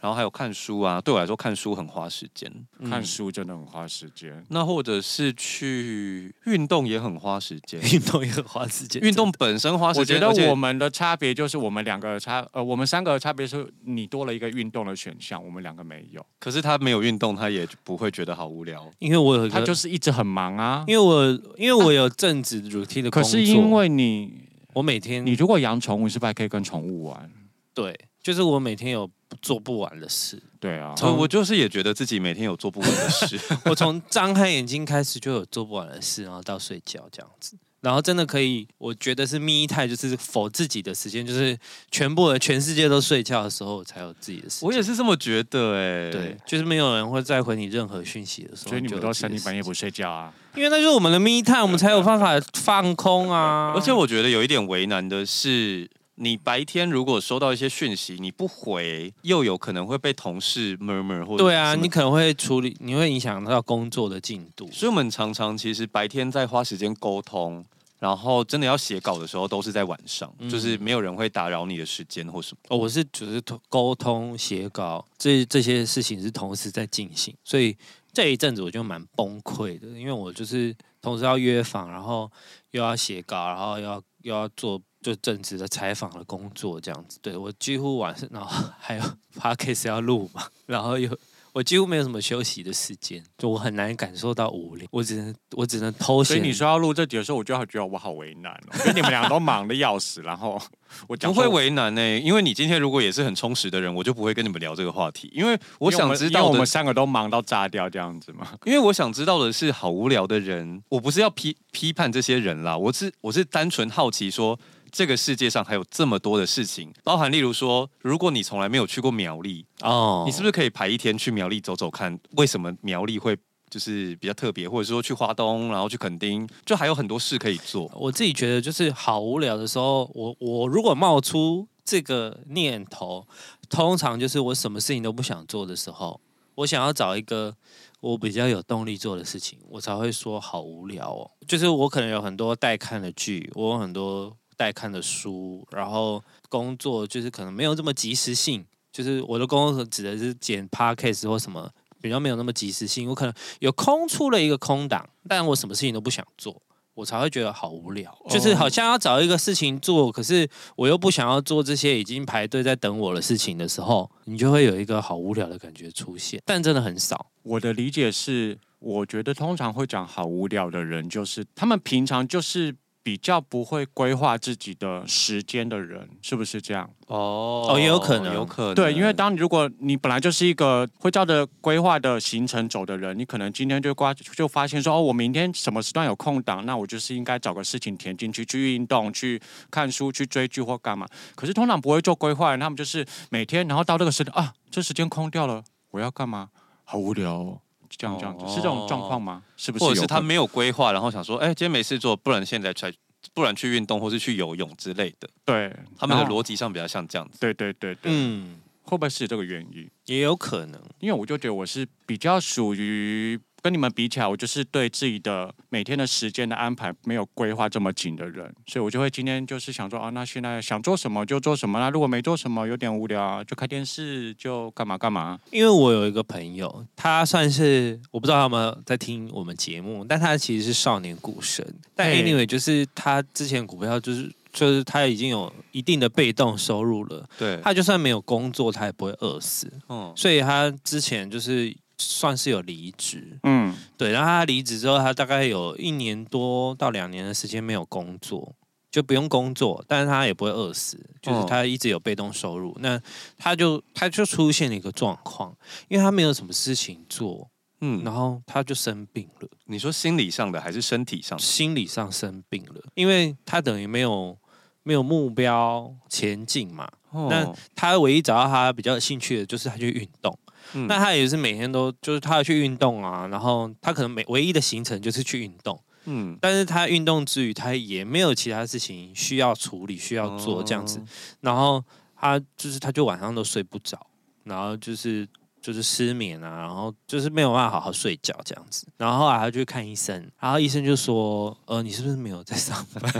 Speaker 1: 然后还有看书啊，对我来说看书很花时间。
Speaker 3: 看书真的很花时间。
Speaker 1: 那或者是去运动也很花时间
Speaker 2: 运动也很花时间。
Speaker 1: 运动本身花时
Speaker 3: 我觉
Speaker 1: 间，
Speaker 3: 得
Speaker 1: 而且
Speaker 3: 我们的差别就是我们两个的差，呃，我们三个的差别是你多了一个运动的选项，我们两个没有。
Speaker 1: 可是他没有运动，他也不会觉得好无聊。
Speaker 2: 因为我有一
Speaker 3: 他
Speaker 2: 个，
Speaker 3: 就是一直很忙啊。
Speaker 2: 因为我因为我有正职 routine 的工作，
Speaker 3: 可是因为你，
Speaker 2: 我每天
Speaker 3: 你如果养宠物，是不是还可以跟宠物玩？
Speaker 2: 对，就是我每天有做不完的 事。
Speaker 3: 对啊，
Speaker 1: 所以我就是也觉得自己每天有做不完的 事。
Speaker 2: 我从张开眼睛开始就有做不完的事，然后到睡觉这样子。然后真的可以，我觉得是咪态，就是否自己的时间，就是全部的全世界都睡觉的时候，我才有自己的时间。
Speaker 1: 我也是这么觉得哎、
Speaker 2: 对，，就是没有人会再回你任何讯息的时候，
Speaker 3: 所以你们
Speaker 2: 就
Speaker 3: 都
Speaker 2: 有自己
Speaker 3: 三
Speaker 2: 的
Speaker 3: 更
Speaker 2: 时
Speaker 3: 半夜
Speaker 2: 间
Speaker 3: 不睡觉啊？
Speaker 2: 因为那就是我们的 me time，我们才有办法放空啊。
Speaker 1: 而且我觉得有一点为难的是，你白天如果收到一些讯息，你不回，又有可能会被同事 murmur 或者
Speaker 2: 对啊，
Speaker 1: 什么
Speaker 2: 你可能会处理，你会影响到工作的进度。
Speaker 1: 所以我们常常其实白天在花时间沟通，然后真的要写稿的时候都是在晚上，就是没有人会打扰你的时间或什么。
Speaker 2: 哦，我是只是通沟通、写稿这这些事情是同时在进行，所以这一阵子我就蛮崩溃的，因为我就是同时要约访，然后又要写稿，然后又要又要做就正职的采访的工作这样子。对我几乎晚上，然后 还有 podcast 要录嘛，然后又。我几乎没有什么休息的时间，就我很难感受到无聊，我只能我只能偷
Speaker 3: 所以
Speaker 2: 闲。
Speaker 3: 你说要录这集的时候，我就好觉得我好为难哦，因 为你们俩都忙的要死，然 后我讲
Speaker 1: 不
Speaker 3: 说
Speaker 1: 会为难呢、因为你今天如果也是很充实的人，我就不会跟你们聊这个话题，因为我
Speaker 3: 因为
Speaker 1: 想
Speaker 3: 们
Speaker 1: 知
Speaker 3: 因为
Speaker 1: 道
Speaker 3: 我
Speaker 1: 的
Speaker 3: 们三个都忙到炸掉这样子嘛。
Speaker 1: 因为我想知道的是，好无聊的人，我不是要批批判这些人啦，我是我是单纯好奇说，这个世界上还有这么多的事情，包含例如说，如果你从来没有去过苗栗，
Speaker 2: 哦，
Speaker 1: 你是不是可以排一天去苗栗走走看？为什么苗栗会就是比较特别，或者说去花东，然后去垦丁，就还有很多事可以做。
Speaker 2: 我自己觉得就是好无聊的时候，我我如果冒出这个念头，通常就是我什么事情都不想做的时候，我想要找一个我比较有动力做的事情，我才会说好无聊哦。就是我可能有很多待看的剧，我有很多待看的书，然后工作就是可能没有这么及时性，就是我的工作指的是剪 podcast 或什么。比较没有那么及时性，我可能有空出了一个空档，但我什么事情都不想做，我才会觉得好无聊，就是好像要找一个事情做，可是我又不想要做这些已经排队在等我的事情的时候，你就会有一个好无聊的感觉出现，但真的很少。
Speaker 3: 我的理解是，我觉得通常会讲好无聊的人，就是他们平常就是比较不会规划自己的时间的人，是不是这样？
Speaker 1: 哦
Speaker 2: 哦也有可能
Speaker 1: 有可能。
Speaker 3: 对，因为当你如果你本来就是一个会照着规划的行程走的人，你可能今天就挂就发现说哦，我明天什么时段有空档，那我就是应该找个事情填进去，去运动、去看书、去追剧或干嘛。可是通常不会做规划的人，他们就是每天，然后到这个时段啊，这时间空掉了，我要干嘛？好无聊、哦，就这样这样子，是这种状况吗？是不是有
Speaker 1: 或
Speaker 3: 可
Speaker 1: 者
Speaker 3: 能？
Speaker 1: 是他没有规划，然后想说，哎、今天没事做，不然现在才，不然去运动或是去游泳之类的。
Speaker 3: 对
Speaker 1: 他们的
Speaker 3: 然后
Speaker 1: 逻辑上比较像这样子。
Speaker 3: 对对对对，
Speaker 2: 嗯，
Speaker 3: 会不会是这个原因？
Speaker 2: 也有可能。
Speaker 3: 因为我就觉得我是比较属于跟你们比起来，我就是对自己的每天的时间的安排没有规划这么紧的人，所以我就会今天就是想说啊，那现在想做什么就做什么，那如果没做什么有点无聊啊，就看电视，就干嘛干嘛。
Speaker 2: 因为我有一个朋友，他算是我不知道他有没有在听我们节目，但他其实是少年股神。但
Speaker 3: 嘿
Speaker 2: anyway，就是他之前股票就是就是他已经有一定的被动收入了，
Speaker 1: 对，
Speaker 2: 他就算没有工作，他也不会饿死。
Speaker 1: 嗯，
Speaker 2: 所以他之前就是算是有离职，
Speaker 3: 嗯，
Speaker 2: 对，然后他离职之后，他大概有一年多到两年的时间没有工作，就不用工作，但是他也不会饿死，就是
Speaker 1: 哦
Speaker 2: 他一直有被动收入。那他就他就出现了一个状况，因为他没有什么事情做，
Speaker 1: 嗯，
Speaker 2: 然后他就生病了，
Speaker 1: 你说心理上的还是身体上的？
Speaker 2: 心理上生病了，因为他等于没有没有目标前进嘛，那
Speaker 1: 哦，
Speaker 2: 他唯一找到他比较有兴趣的就是他去运动。
Speaker 1: 嗯
Speaker 2: 那他也是每天都就是他要去运动啊，然后他可能每唯一的行程就是去运动，
Speaker 1: 嗯，
Speaker 2: 但是他运动之余他也没有其他事情需要处理需要做这样子，
Speaker 1: 哦
Speaker 2: 然后他就是他就晚上都睡不着，然后就是就是失眠啊，然后就是没有办法好好睡觉这样子，然后后来他就去看医生，然后医生就说，呃，你是不是没有在上班？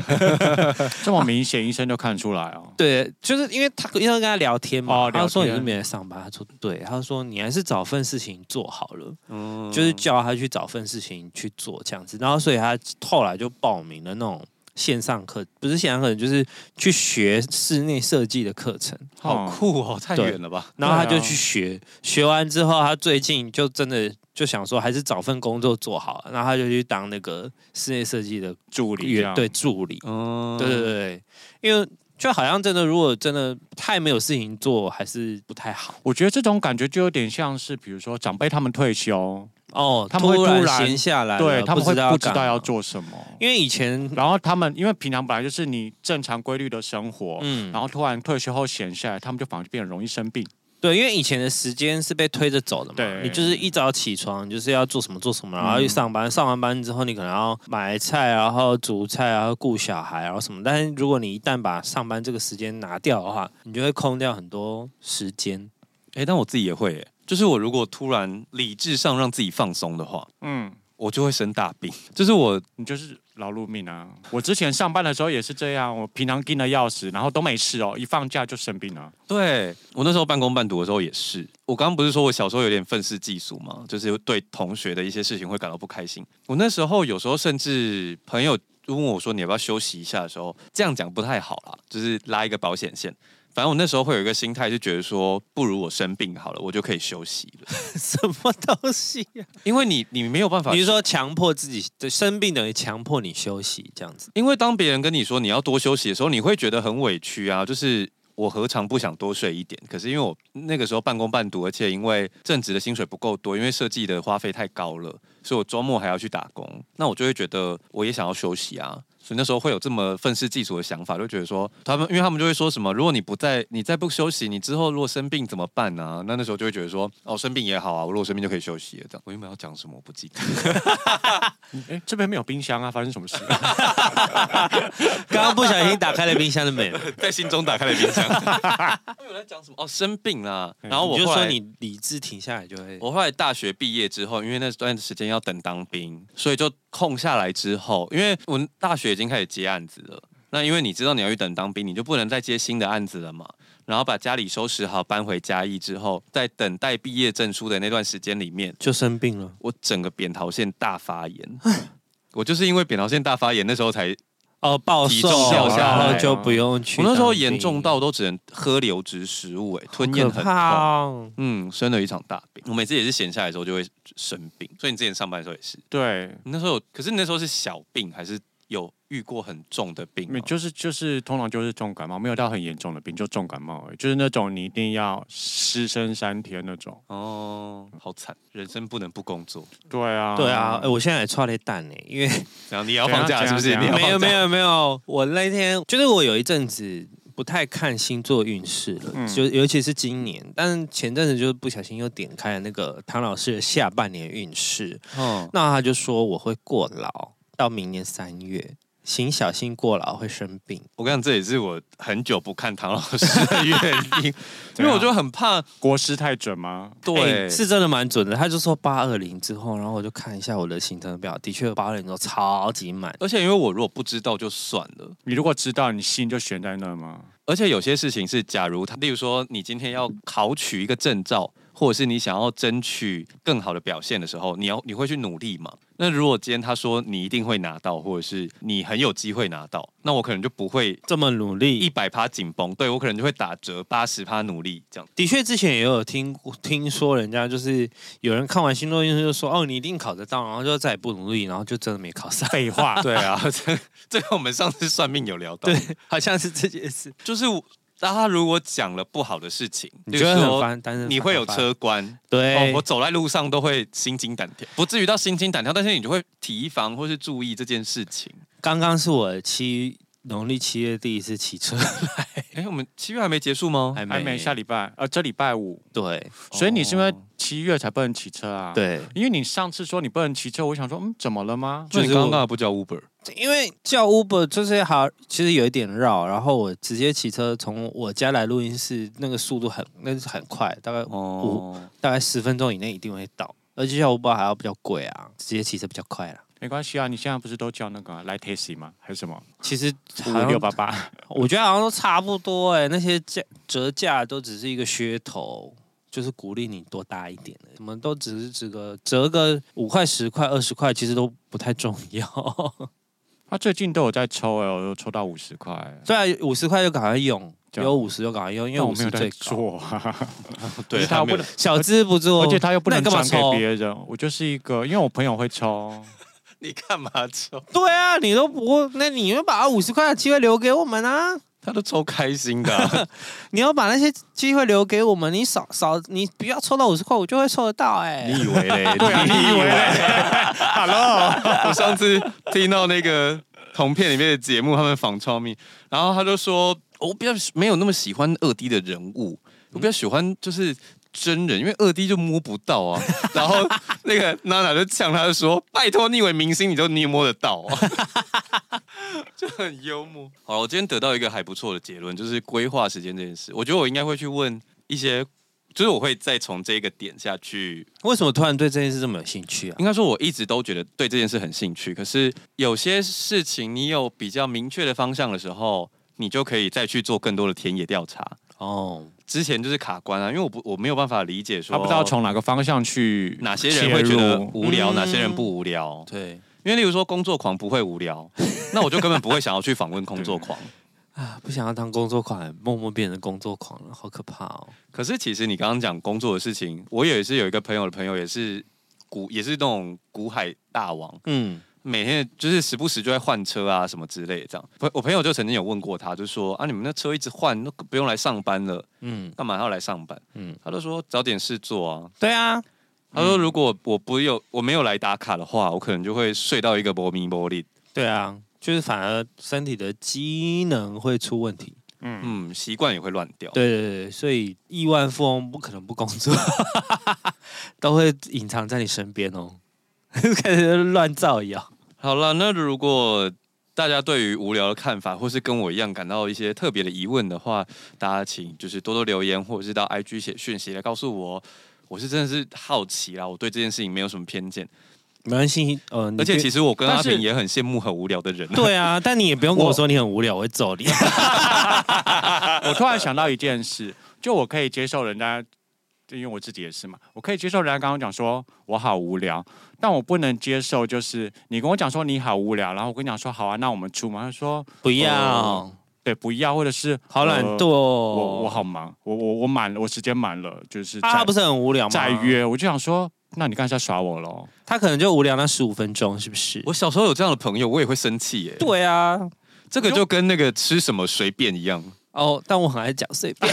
Speaker 3: 这么明显，医生就看出来哦。
Speaker 2: 对，就是因为他因为跟他聊天嘛，
Speaker 3: 哦
Speaker 2: 他说你
Speaker 3: 聊天
Speaker 2: 是没来上班，他说对，他说你还是找份事情做好了，
Speaker 1: 哦
Speaker 3: 嗯
Speaker 2: 就是叫他去找份事情去做这样子，然后所以他后来就报名了那种线上课，不是线上课，就是去学室内设计的课程，
Speaker 1: 好
Speaker 3: 哦
Speaker 1: 酷哦，太
Speaker 2: 对
Speaker 1: 远了吧？
Speaker 2: 然后他
Speaker 3: 对
Speaker 2: 就
Speaker 3: 啊
Speaker 2: 去学，学完之后他最近就真的就想说还是找份工作做好了，然后他就去当那个室内设计的
Speaker 3: 助理这
Speaker 2: 员
Speaker 3: 样
Speaker 2: 对助理，
Speaker 1: 嗯，
Speaker 2: 对对对，因为就好像真的，如果真的太没有事情做，还是不太好
Speaker 3: 我觉得这种感觉就有点像是，比如说长辈他们退休，
Speaker 2: 哦。
Speaker 3: 他们会突
Speaker 2: 然
Speaker 3: 然
Speaker 2: 闲下来了，
Speaker 3: 对他们会不知
Speaker 2: 干嘛
Speaker 3: 道要，做什么，
Speaker 2: 因为以前
Speaker 3: 然后他们因为平常本来就是你正常规律的生活，
Speaker 2: 嗯
Speaker 3: 然，后突然退休后闲下来，他们就反而变得容易生病。
Speaker 2: 对，因为以前的时间是被推着走的嘛，
Speaker 3: 对
Speaker 2: 你就是一早起床，你就是要做什么做什么，然后去
Speaker 3: 嗯
Speaker 2: 上班，上完班之后你可能要买菜，啊然后煮菜，然后顾小孩，然后什么。但是如果你一旦把上班这个时间拿掉的话，你就会空掉很多时间。
Speaker 1: 哎、但我自己也会、欸，就是我如果突然理智上让自己放松的话，
Speaker 3: 嗯，
Speaker 1: 我就会生大病。就是我
Speaker 3: 你就是劳碌命啊！我之前上班的时候也是这样，我平常盯的要死，然后都没事哦，一放假就生病了。
Speaker 1: 对我那时候半工半读的时候也是，我刚刚不是说我小时候有点愤世嫉俗嘛，就是对同学的一些事情会感到不开心。我那时候有时候甚至朋友问我说你要不要休息一下的时候，这样讲不太好啦，就是拉一个保险线。反正我那时候会有一个心态，就觉得说，不如我生病好了，我就可以休息了。
Speaker 2: 什么东西、啊？
Speaker 1: 因为你你没有办法，
Speaker 2: 比如说强迫自己对生病等于强迫你休息这样子。
Speaker 1: 因为当别人跟你说你要多休息的时候，你会觉得很委屈啊，就是。我何尝不想多睡一点？可是因为我那个时候半工半读，而且因为正职的薪水不够多，因为设计的花费太高了，所以我周末还要去打工。那我就会觉得我也想要休息啊，所以那时候会有这么愤世嫉俗的想法，就觉得说他们，因为他们就会说什么，如果你不在，你再不休息，你之后如果生病怎么办啊？那那时候就会觉得说，哦，生病也好啊，我如果生病就可以休息了。这样，我原本要讲什么我不记得。
Speaker 3: 哎，这边没有冰箱啊，发生什么事？
Speaker 2: 刚刚不小心打开了冰箱的门，
Speaker 1: 在心中打开了冰 箱。嗯我有在讲什么？哦，生病啦。然后我
Speaker 2: 你就
Speaker 1: 后
Speaker 2: 说
Speaker 1: 来
Speaker 2: 你理智停下来就会。
Speaker 1: 我后来大学毕业之后，因为那段时间要等当兵，所以就空下来之后，因为我大学已经开始接案子了。那因为你知道你要去等当兵，你就不能再接新的案子了嘛。然后把家里收拾好，搬回嘉义之后，在等待毕业证书的那段时间里面，
Speaker 2: 就生病了
Speaker 1: 我整个扁桃腺大发 炎。我就是因为扁桃腺大发炎，那时候才
Speaker 2: 哦，暴
Speaker 1: 体
Speaker 2: 瘦
Speaker 1: 重掉哦
Speaker 3: 下来
Speaker 2: 然后就不用去
Speaker 1: 我
Speaker 2: 当兵。
Speaker 1: 那时候严重到都只能喝流质食物、哎，吞咽
Speaker 2: 可
Speaker 1: 很
Speaker 2: 怕
Speaker 1: 痛。
Speaker 2: 哦。
Speaker 1: 嗯，生了一场大病。我每次也是闲下来的时候就会生病，所以你之前上班的时候也是。
Speaker 3: 对，
Speaker 1: 你那时候有，可是你那时候是小病，还是有遇过很重的病吗
Speaker 3: 没？就是就是，通常就是重感冒，没有到很严重的病，就重感冒而已，就是那种你一定要失身三天那种。
Speaker 1: 哦，好惨，人生不能不工作。
Speaker 3: 对啊，
Speaker 2: 对啊，哎，我现在也差了一蛋呢，因为
Speaker 1: 然后你也要放假是
Speaker 3: 怎样
Speaker 1: 不是？
Speaker 3: 怎样
Speaker 1: 你也要
Speaker 2: 没有
Speaker 1: 放假
Speaker 2: 没，有没有，我那天就是我有一阵子不太看星座运势了，
Speaker 3: 嗯
Speaker 2: 就尤其是今年，但前阵子就是不小心又点开了那个唐老师的下半年运势，
Speaker 1: 嗯，
Speaker 2: 那他就说我会过劳到明年三月。请小心过劳会生病，
Speaker 1: 我跟你讲，这也是我很久不看唐老师的原因，因为
Speaker 3: 怎样
Speaker 1: 我就很怕。
Speaker 3: 国师太准吗？
Speaker 1: 对，
Speaker 2: 哎是真的蛮准的。他就说八二零之后，然后我就看一下我的行程表，的确八二零都超级满。
Speaker 1: 而且因为我如果不知道就算了，
Speaker 3: 你如果知道，你心就悬在那吗？
Speaker 1: 而且有些事情是，假如他，例如说你今天要考取一个证照，或者是你想要争取更好的表现的时候，你要你会去努力嘛？那如果今天他说你一定会拿到，或者是你很有机会拿到，那我可能就不会
Speaker 2: 这么努力，
Speaker 1: 一百趴紧绷，对我可能就会打折八十趴努力这样。
Speaker 2: 的确，之前也有听过听说人家就是有人看完星座运势就说哦，你一定考得到，然后就再也不努力，然后就真的没考上。
Speaker 3: 废话，
Speaker 1: 对啊， 这这个我们上次算命有聊到，
Speaker 2: 对，好像是这件事。
Speaker 1: 就是当他如果讲了不好的事情，
Speaker 2: 你
Speaker 1: 就
Speaker 2: 觉
Speaker 1: 是
Speaker 2: 得很
Speaker 1: 说
Speaker 2: 烦，但是
Speaker 1: 你会有车关，哦
Speaker 2: 对，，
Speaker 1: 我走在路上都会心惊胆跳，不至于到心惊胆跳，但是你就会提防或是注意这件事情。
Speaker 2: 刚刚是我七农历七月第一次骑车，
Speaker 1: 哎，我们七月还没结束吗？
Speaker 2: 还没
Speaker 3: 还没下礼拜，呃，这礼拜五，
Speaker 2: 对
Speaker 3: 所以你是因为
Speaker 1: 哦
Speaker 3: 七月才不能骑车啊？，
Speaker 2: 对，
Speaker 3: 因为你上次说你不能骑车，我想说，嗯，怎么了吗？
Speaker 1: 就
Speaker 2: 就是是
Speaker 1: 你
Speaker 2: 我
Speaker 1: 刚刚还不叫 Uber，
Speaker 2: 因为叫 Uber 就是好，其实有一点绕，然后我直接骑车从我家来录音室，那个速度很那是很快，大概
Speaker 1: 哦，
Speaker 2: 大概十分钟以内一定会到，而且叫 Uber 还要比较贵啊，直接骑车比较快啦。
Speaker 3: 没关系啊，你现在不是都叫那个啊来 taxi 吗？还是什么
Speaker 2: 其实
Speaker 3: 五
Speaker 2: 好
Speaker 3: 六
Speaker 2: 像
Speaker 3: 八八？
Speaker 2: 我觉得好像都差不多哎、那些价折价都只是一个噱头，就是鼓励你多搭一点的，什么都只是这个折个五块、十块、二十块，其实都不太重要。
Speaker 3: 他最近都有在抽哎，我有抽到五十块欸，
Speaker 2: 虽然啊五十块就赶快用，
Speaker 3: 这样
Speaker 2: 有五十就赶快用，因为
Speaker 3: 啊但我
Speaker 2: 五
Speaker 3: 没
Speaker 2: 十
Speaker 3: 有在
Speaker 2: 最高。
Speaker 3: 做啊，
Speaker 1: 对，
Speaker 3: 他
Speaker 1: 他
Speaker 3: 不
Speaker 1: 不
Speaker 3: 能
Speaker 1: 能，
Speaker 2: 小资不做，
Speaker 3: 而且他又不
Speaker 2: 那你
Speaker 3: 能
Speaker 2: 干嘛
Speaker 3: 转给
Speaker 2: 抽
Speaker 3: 别人，我就是一个，因为我朋友会抽，
Speaker 1: 你干嘛抽？
Speaker 2: 对啊，你都不会，那你就把五十块的机会留给我们啊！
Speaker 1: 他都抽开心的啊、
Speaker 2: 你要把那些机会留给我们，你少少，你不要抽到五十块，我就会抽得到哎、
Speaker 1: 你以为嘞？
Speaker 3: 对啊，你以为嘞？
Speaker 1: 我上次听到那个同片里面的节目，他们仿超密，然后他就说，我比较没有那么喜欢二 D 的人物，我比较喜欢就是真人，因为二 D 就摸不到啊。然后那个娜娜就呛他，就说：“拜托，你以为明星你都你也摸得到啊？” 就很幽默。好了，我今天得到一个还不错的结论，就是规划时间这件事。我觉得我应该会去问一些就是我会再从这个点下去
Speaker 2: 为什么突然对这件事这么有兴趣啊？
Speaker 1: 应该说，我一直都觉得对这件事很兴趣。可是有些事情，你有比较明确的方向的时候，你就可以再去做更多的田野调查。
Speaker 2: 哦，
Speaker 1: 之前就是卡关啊，因为我不我没有办法理解说，
Speaker 3: 他不知道从哪个方向去
Speaker 1: 哪些人会觉
Speaker 3: 切
Speaker 1: 得
Speaker 3: 入
Speaker 1: 无聊，
Speaker 2: 嗯
Speaker 1: 哪些人不无聊。
Speaker 2: 对
Speaker 1: 因为例如说，工作狂不会无聊，那我就根本不会想要去访问工作狂。
Speaker 2: 啊，不想要当工作狂，默默变成工作狂了，好可怕哦！
Speaker 1: 可是其实你刚刚讲工作的事情，我也是有一个朋友的朋友也是股也是那种股海大王，
Speaker 2: 嗯，
Speaker 1: 每天就是时不时就在换车啊什么之类的这样。朋我朋友就曾经有问过他，就说啊，你们那车一直换，那不用来上班了，
Speaker 2: 嗯，
Speaker 1: 干嘛还要来上班？
Speaker 2: 嗯
Speaker 1: 嗯，他就说找点事做啊。
Speaker 2: 对啊，
Speaker 1: 他说如果我不有我没有来打卡的话，我可能就会睡到一个波迷波力。
Speaker 2: 对啊，就是反而身体的机能会出问题。
Speaker 3: 嗯，
Speaker 1: 嗯，习惯也会乱掉。
Speaker 2: 对对对，所以亿万富翁不可能不工作， 都会隐藏在你身边哦。 开始乱造谣，
Speaker 1: 好了，那如果大家对于无聊的看法，或是跟我一样感到一些特别的疑问的话，大家请就是多多留言，或者是到 IG 写讯息来告诉我。我是真的是好奇啦，我对这件事情没有什么偏见。
Speaker 2: 没关系，呃，你
Speaker 1: 而且
Speaker 2: 别
Speaker 1: 其实我跟阿
Speaker 3: 但是
Speaker 1: 平也很羡慕很无聊的人。
Speaker 2: 对啊，但你也不用跟我
Speaker 3: 我
Speaker 2: 说你很无聊，我会揍你。
Speaker 3: 我突然想到一件事，就我可以接受人家，因为我自己也是嘛，我可以接受人家刚刚讲说我好无聊，但我不能接受就是你跟我讲说你好无聊，然后我跟你讲说好啊，那我们出门，他说
Speaker 2: 不要，
Speaker 3: 哦对不要，或者是
Speaker 2: 好懒
Speaker 3: 呃
Speaker 2: 惰哦、
Speaker 3: 我我好忙，我我我满了，我时间满了，就是
Speaker 2: 啊，
Speaker 3: 再
Speaker 2: 他不是很无聊吗？
Speaker 3: 再，约，我就想说，那你刚才在耍我喽？
Speaker 2: 他可能就无聊那十五分钟，是不是？
Speaker 1: 我小时候有这样的朋友，我也会生气耶、
Speaker 2: 对啊，
Speaker 1: 这个就跟那个吃什么随便一样。
Speaker 2: 哦，但我很爱讲碎 片。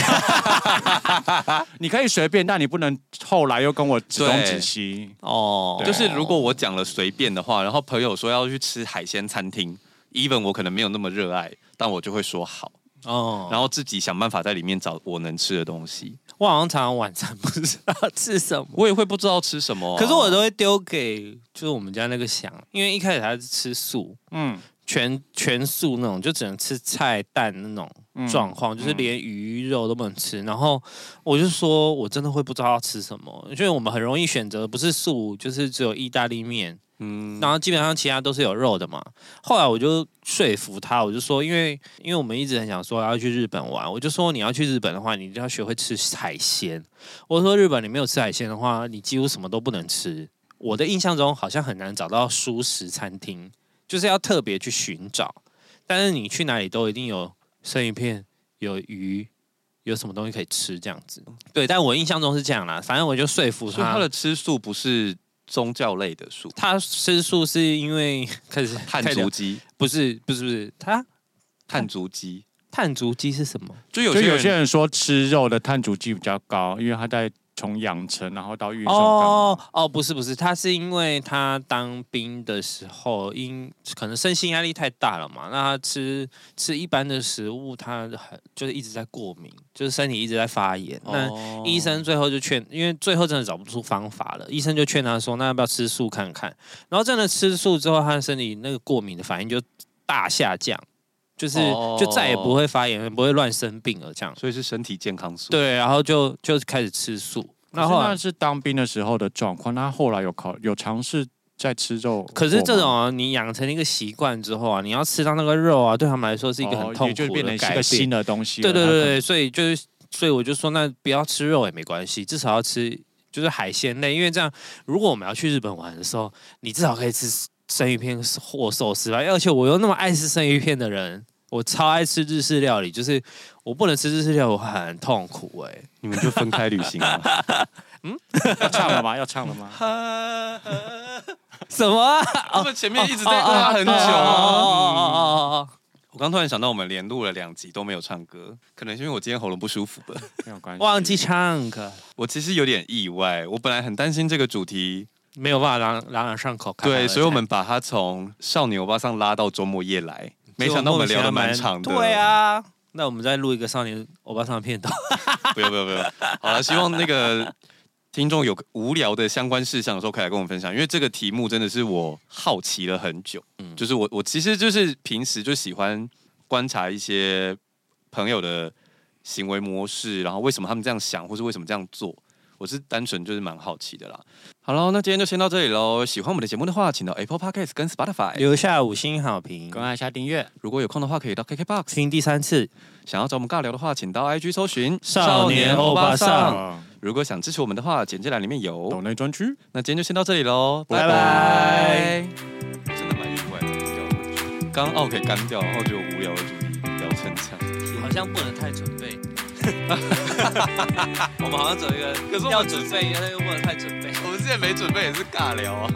Speaker 3: 你可以随便，但你不能后来又跟我指东指西。
Speaker 2: 哦，嗯
Speaker 3: 对
Speaker 1: 啊就是如果我讲了随便的话，然后朋友说要去吃海鲜餐厅，even 我可能没有那么热爱，但我就会说好，
Speaker 2: 哦，然
Speaker 1: 然
Speaker 2: 后
Speaker 1: 后自己想办法在里面找我能吃的东西。
Speaker 2: 我好像常常晚餐不知道吃什么。
Speaker 1: 我也会不知道吃什么啊、
Speaker 2: 可是我都会丢给就是我们家那个翔，因为一开始他是吃素，
Speaker 3: 嗯，
Speaker 2: 全全素那种，就只能吃菜蛋那种
Speaker 3: 嗯
Speaker 2: 状况，就是连鱼肉都不能吃。然后我就说，我真的会不知道要吃什么，因为我们很容易选择不是素，就是只有意大利面，
Speaker 1: 嗯
Speaker 2: 然后基本上其他都是有肉的嘛。后来我就说服他，我就说，因为因为我们一直很想说要去日本玩，我就说你要去日本的话，你一定要学会吃海鲜。我说日本你没有吃海鲜的话，你几乎什么都不能吃。我的印象中好像很难找到素食餐厅，就是要特别去寻找。但是你去哪里都一定有生鱼片、有鱼、有什么东西可以吃这样子。对，但我印象中是这样啦。反正我就说服
Speaker 1: 所以他的吃素不是宗教类的素，
Speaker 2: 他吃素是因为 开始
Speaker 1: 碳
Speaker 2: 开始
Speaker 1: 足迹，
Speaker 2: 不是不是不是，他
Speaker 1: 碳足迹。
Speaker 2: 碳足迹是什么？
Speaker 1: 就有
Speaker 3: 就
Speaker 1: 些
Speaker 3: 有些
Speaker 1: 人
Speaker 3: 人说吃肉的碳足迹比较高，因为他在从养成然后到运送干嘛。
Speaker 2: 哦哦，不是不是，他是因为他当兵的时候，因可能身心压力太大了嘛，那他吃吃一般的食物，他很就是一直在过敏，就是身体一直在发炎。那
Speaker 1: 哦
Speaker 2: 医生最后就劝，因为最后真的找不出方法了，医生就劝他说：“那要不要吃素看看？”然后真的吃素之后，他的身体那个过敏的反应就大下降，就是
Speaker 1: 哦
Speaker 2: 就再也不会发炎，也不会乱生病了。这样
Speaker 1: 所以是身体健康素。
Speaker 2: 对，然后就就开始吃素。
Speaker 3: 那
Speaker 2: 那后
Speaker 3: 那
Speaker 2: 来，
Speaker 3: 是当兵的时候的状况，那后来有考有尝试在吃肉过吗，
Speaker 2: 可是这种、啊、你养成一个习惯之后啊，你要吃到那个肉啊，对他们来说是一个很
Speaker 3: 哦
Speaker 2: 痛
Speaker 3: 也就
Speaker 2: 苦
Speaker 3: 变
Speaker 2: 的
Speaker 3: 成
Speaker 2: 改
Speaker 3: 是个新
Speaker 2: 变。
Speaker 3: 的东西
Speaker 2: 对
Speaker 3: 了。
Speaker 2: 对
Speaker 3: 他
Speaker 2: 对
Speaker 3: 可能
Speaker 2: 对，所以就是，所以我就说，那不要吃肉也没关系，至少要吃就是海鲜类，因为这样，如果我们要去日本玩的时候，你至少可以吃生鱼片或寿司吧。而且我又那么爱吃生鱼片的人，我超爱吃日式料理，就是我不能吃日式料理，我很痛苦哎、
Speaker 1: 你们就分开旅行 啊。
Speaker 3: 要唱了吗？要唱了 吗？
Speaker 1: 哦
Speaker 2: 什么啊？
Speaker 1: 他们前面一直
Speaker 2: 哦
Speaker 1: 在
Speaker 2: 哦
Speaker 1: 拉很久啊。
Speaker 3: 啊
Speaker 2: 哦哦哦
Speaker 1: 我刚突然想到，我们连录了两集都没有唱歌，可能是因为我今天喉咙不舒服吧。
Speaker 3: 没有关
Speaker 2: 哦，
Speaker 3: 系，
Speaker 2: 忘记唱歌，
Speaker 1: 我其实有点意外，我本来很担心这个主题，
Speaker 2: 没有办法朗朗朗上口。侃侃而
Speaker 1: 对，
Speaker 2: 谈
Speaker 1: 所以我们把它从少年欧巴桑拉到周末夜来，没想到我们聊的蛮长的。
Speaker 2: 对，啊，那我们再录一个少年欧巴桑的 片段。
Speaker 1: 不要不要不要。好了，希望那个听众有无聊的相关事项的时候，可以来跟我们分享，因为这个题目真的是我好奇了很久。
Speaker 2: 嗯
Speaker 1: 就是我我其实就是平时就喜欢观察一些朋友的行为模式，然后为什么他们这样想，或是为什么这样做。我是单纯就是蛮好奇的啦。好喽，那今天就先到这里喽。喜欢我们的节目的话，请到 Apple Podcast 跟 Spotify。
Speaker 2: 留下五星好评，
Speaker 3: 赶快按下订阅。
Speaker 1: 如果有空的话，可以到 KKBox。
Speaker 2: 听第三次。
Speaker 1: 想要找我们尬聊的话，请到 IG 搜寻
Speaker 2: 少年欧巴桑
Speaker 1: 少年欧
Speaker 3: 啊，
Speaker 2: 哦
Speaker 1: 如果想支持我们的话，简介栏里面有。
Speaker 3: 岛内专区。
Speaker 1: 那今天就先到这里喽，拜
Speaker 2: 拜
Speaker 1: 拜
Speaker 2: 拜。
Speaker 1: 真的蛮愉快的，刚奥可以干掉，然后就无聊的主题聊成这样。
Speaker 2: 好像不能太准 备，
Speaker 1: 我们好像走一个，可是我
Speaker 2: 要
Speaker 1: 们
Speaker 2: 准备，但又不能太准备。
Speaker 1: 我们之前没准备也是尬聊啊。